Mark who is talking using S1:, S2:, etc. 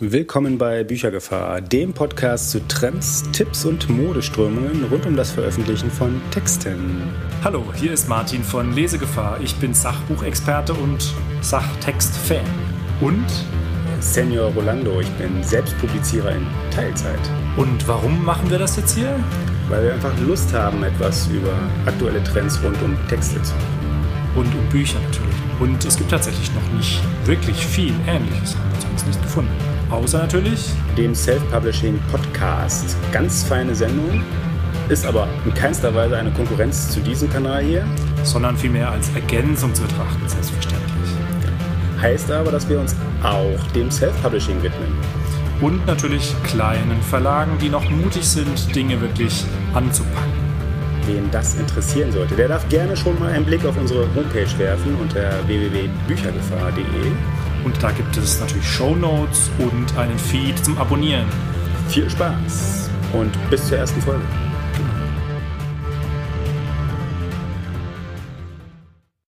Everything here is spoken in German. S1: Willkommen bei Büchergefahr, dem Podcast zu Trends, Tipps und Modeströmungen rund um das Veröffentlichen von Texten.
S2: Hallo, hier ist Martin von Lesegefahr. Ich bin Sachbuchexperte und Sachtext-Fan.
S1: Und Senior Rolando, ich bin Selbstpublizierer in Teilzeit.
S2: Und warum machen wir das jetzt hier?
S1: Weil wir einfach Lust haben, etwas über aktuelle Trends rund um Texte zu machen.
S2: Und um Bücher natürlich. Und es gibt tatsächlich noch nicht wirklich viel Ähnliches, haben wir zumindest nicht gefunden. Außer natürlich,
S1: Dem Self-Publishing Podcast. Ganz feine Sendung, ist aber in keinster Weise eine Konkurrenz zu diesem Kanal hier.
S2: sondern vielmehr als Ergänzung zu betrachten, selbstverständlich.
S1: Heißt aber, dass wir uns auch dem Self-Publishing widmen.
S2: Und natürlich kleinen Verlagen, die noch mutig sind, Dinge wirklich anzupacken.
S1: Wen das interessieren sollte, der darf gerne schon mal einen Blick auf unsere Homepage werfen unter www.büchergefahr.de.
S2: Und da gibt es natürlich Shownotes und einen Feed zum Abonnieren.
S1: Viel Spaß und bis zur ersten Folge.